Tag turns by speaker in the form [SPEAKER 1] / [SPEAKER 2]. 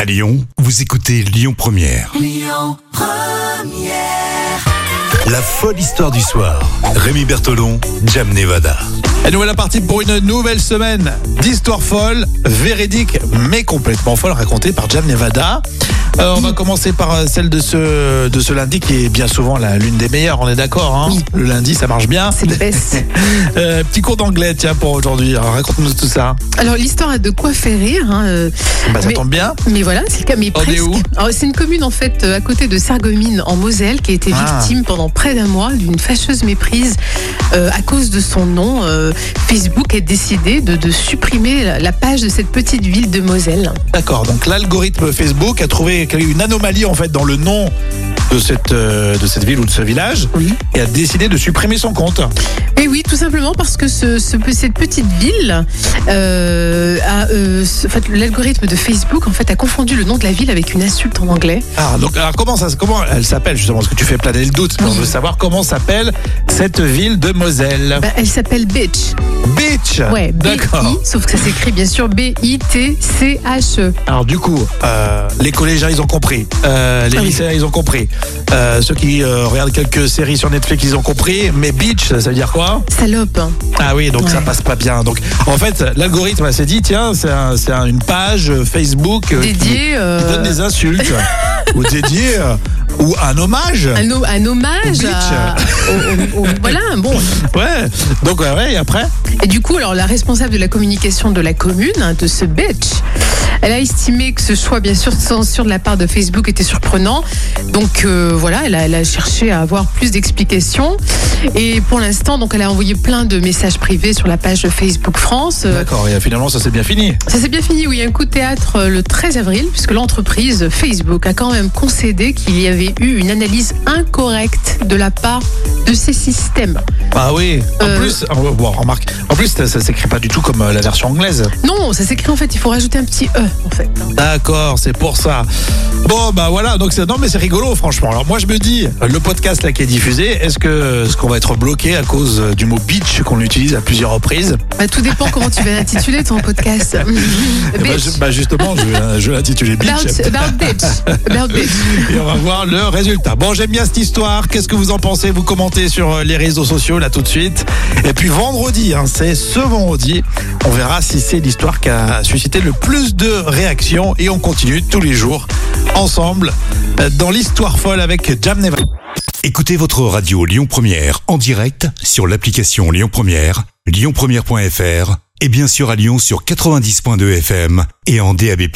[SPEAKER 1] À Lyon, vous écoutez Lyon Première. La folle histoire du soir. Rémi Bertolon, Jam Nevada.
[SPEAKER 2] Et nous voilà partie pour une nouvelle semaine d'histoire folle, véridique mais complètement folle, racontée par Jam Nevada. Euh, on va commencer par euh, celle de ce, de ce lundi qui est bien souvent la- l'une des meilleures, on est d'accord. hein le lundi, ça marche bien.
[SPEAKER 3] C'est le best.
[SPEAKER 2] Euh, petit cours d'anglais, tiens, pour aujourd'hui. Alors, Raconte-nous tout ça.
[SPEAKER 3] Alors l'histoire a de quoi faire rire. hein, euh,
[SPEAKER 2] Bah, ça
[SPEAKER 3] mais,
[SPEAKER 2] tombe bien.
[SPEAKER 3] mais voilà, c'est le cas. Mais
[SPEAKER 2] On est
[SPEAKER 3] presque.
[SPEAKER 2] Oh, où
[SPEAKER 3] Alors, C'est une commune en fait euh, à côté de Sarreguemines en Moselle qui a été
[SPEAKER 2] Ah.
[SPEAKER 3] victime pendant près d'un mois d'une fâcheuse méprise euh, à cause de son nom. Euh, Facebook a décidé de, de supprimer la, la page de cette petite ville de Moselle.
[SPEAKER 2] D'accord, donc l'algorithme Facebook a trouvé qu'il y a eu une anomalie en fait dans le nom de cette, euh, de cette ville ou de ce village
[SPEAKER 3] Oui.
[SPEAKER 2] et a décidé de supprimer son compte.
[SPEAKER 3] Et Eh oui, tout simplement parce que ce, ce- cette petite ville, euh, a, euh, ce- en fait, l'algorithme de Facebook en fait a confondu le nom de la ville avec une insulte en anglais.
[SPEAKER 2] Ah, donc alors comment, ça, comment elle s'appelle justement Parce que tu fais planer le doute, mais on veut savoir comment s'appelle cette ville de Moselle.
[SPEAKER 3] Bah, elle s'appelle Bitch.
[SPEAKER 2] Bitch
[SPEAKER 3] Ouais, b
[SPEAKER 2] D'accord.
[SPEAKER 3] sauf que ça s'écrit bien sûr B-I-T-C-H-E.
[SPEAKER 2] Alors du coup, euh, les collégiens, ils ont compris. Euh, les
[SPEAKER 3] Ah oui.
[SPEAKER 2] lycéens, ils ont compris. Euh, ceux qui euh, regardent quelques séries sur Netflix, ils ont compris. Mais bitch, ça veut dire quoi
[SPEAKER 3] Salope. hein.
[SPEAKER 2] Ah oui, donc ça
[SPEAKER 3] Ouais.
[SPEAKER 2] passe pas bien. Donc en fait, l'algorithme elle s'est dit tiens, c'est un- c'est un- une page euh, Facebook euh, qui-
[SPEAKER 3] Dédié. euh,
[SPEAKER 2] qui donne des insultes ou dédié euh, ou un hommage.
[SPEAKER 3] un, ho- un hommage
[SPEAKER 2] Au
[SPEAKER 3] à- au- au- au- voilà bon
[SPEAKER 2] Ouais. Donc ouais, ouais, et après
[SPEAKER 3] et du coup alors la responsable de la communication de la commune hein, de ce bitch elle a estimé que ce choix bien sûr de censure de la part de Facebook était surprenant donc euh, voilà elle a, elle a cherché à avoir plus d'explications et pour l'instant donc elle a envoyé plein de messages privés sur la page Facebook France euh,
[SPEAKER 2] D'accord, et finalement ça s'est bien fini.
[SPEAKER 3] Ça s'est bien fini, oui. Un coup de théâtre euh, le 13 avril, puisque l'entreprise Facebook a quand même concédé qu'il y avait eu une analyse incorrecte de la part de ces systèmes.
[SPEAKER 2] Ah oui. En
[SPEAKER 3] Euh,
[SPEAKER 2] plus, oh, bon, remarque. En plus, ça, ça s'écrit pas du tout comme euh, la version anglaise.
[SPEAKER 3] Non, ça s'écrit en fait, il faut rajouter un petit E, en fait.
[SPEAKER 2] D'accord, c'est pour ça. Bon, bah voilà, donc c'est non, mais c'est rigolo, franchement. Alors moi, je me dis, le podcast là qui est diffusé, est-ce que ce qu'on va être bloqué à cause euh, du mot bitch qu'on utilise à plusieurs reprises
[SPEAKER 3] Bah, tout dépend comment tu vas l'intituler ton podcast.
[SPEAKER 2] Eh ben,
[SPEAKER 3] Bitch. Bah,
[SPEAKER 2] je- bah, justement, je vais, je vais l'intituler bitch.
[SPEAKER 3] About, about bitch. About bitch.
[SPEAKER 2] Et on va voir le résultat. Bon, j'aime bien cette histoire. Qu'est-ce que vous en pensez Vous commentez sur euh, les réseaux sociaux là tout de suite. Et puis vendredi, hein, c'est ce vendredi, on verra si c'est l'histoire qui a suscité le plus de réactions. Et on continue tous les jours ensemble euh, dans l'histoire folle avec Jam Nevada.
[SPEAKER 1] Écoutez votre radio Lyon Première en direct sur l'application Lyon Première, lyonpremière.fr et bien sûr à Lyon sur 90.2 FM et en DAB+.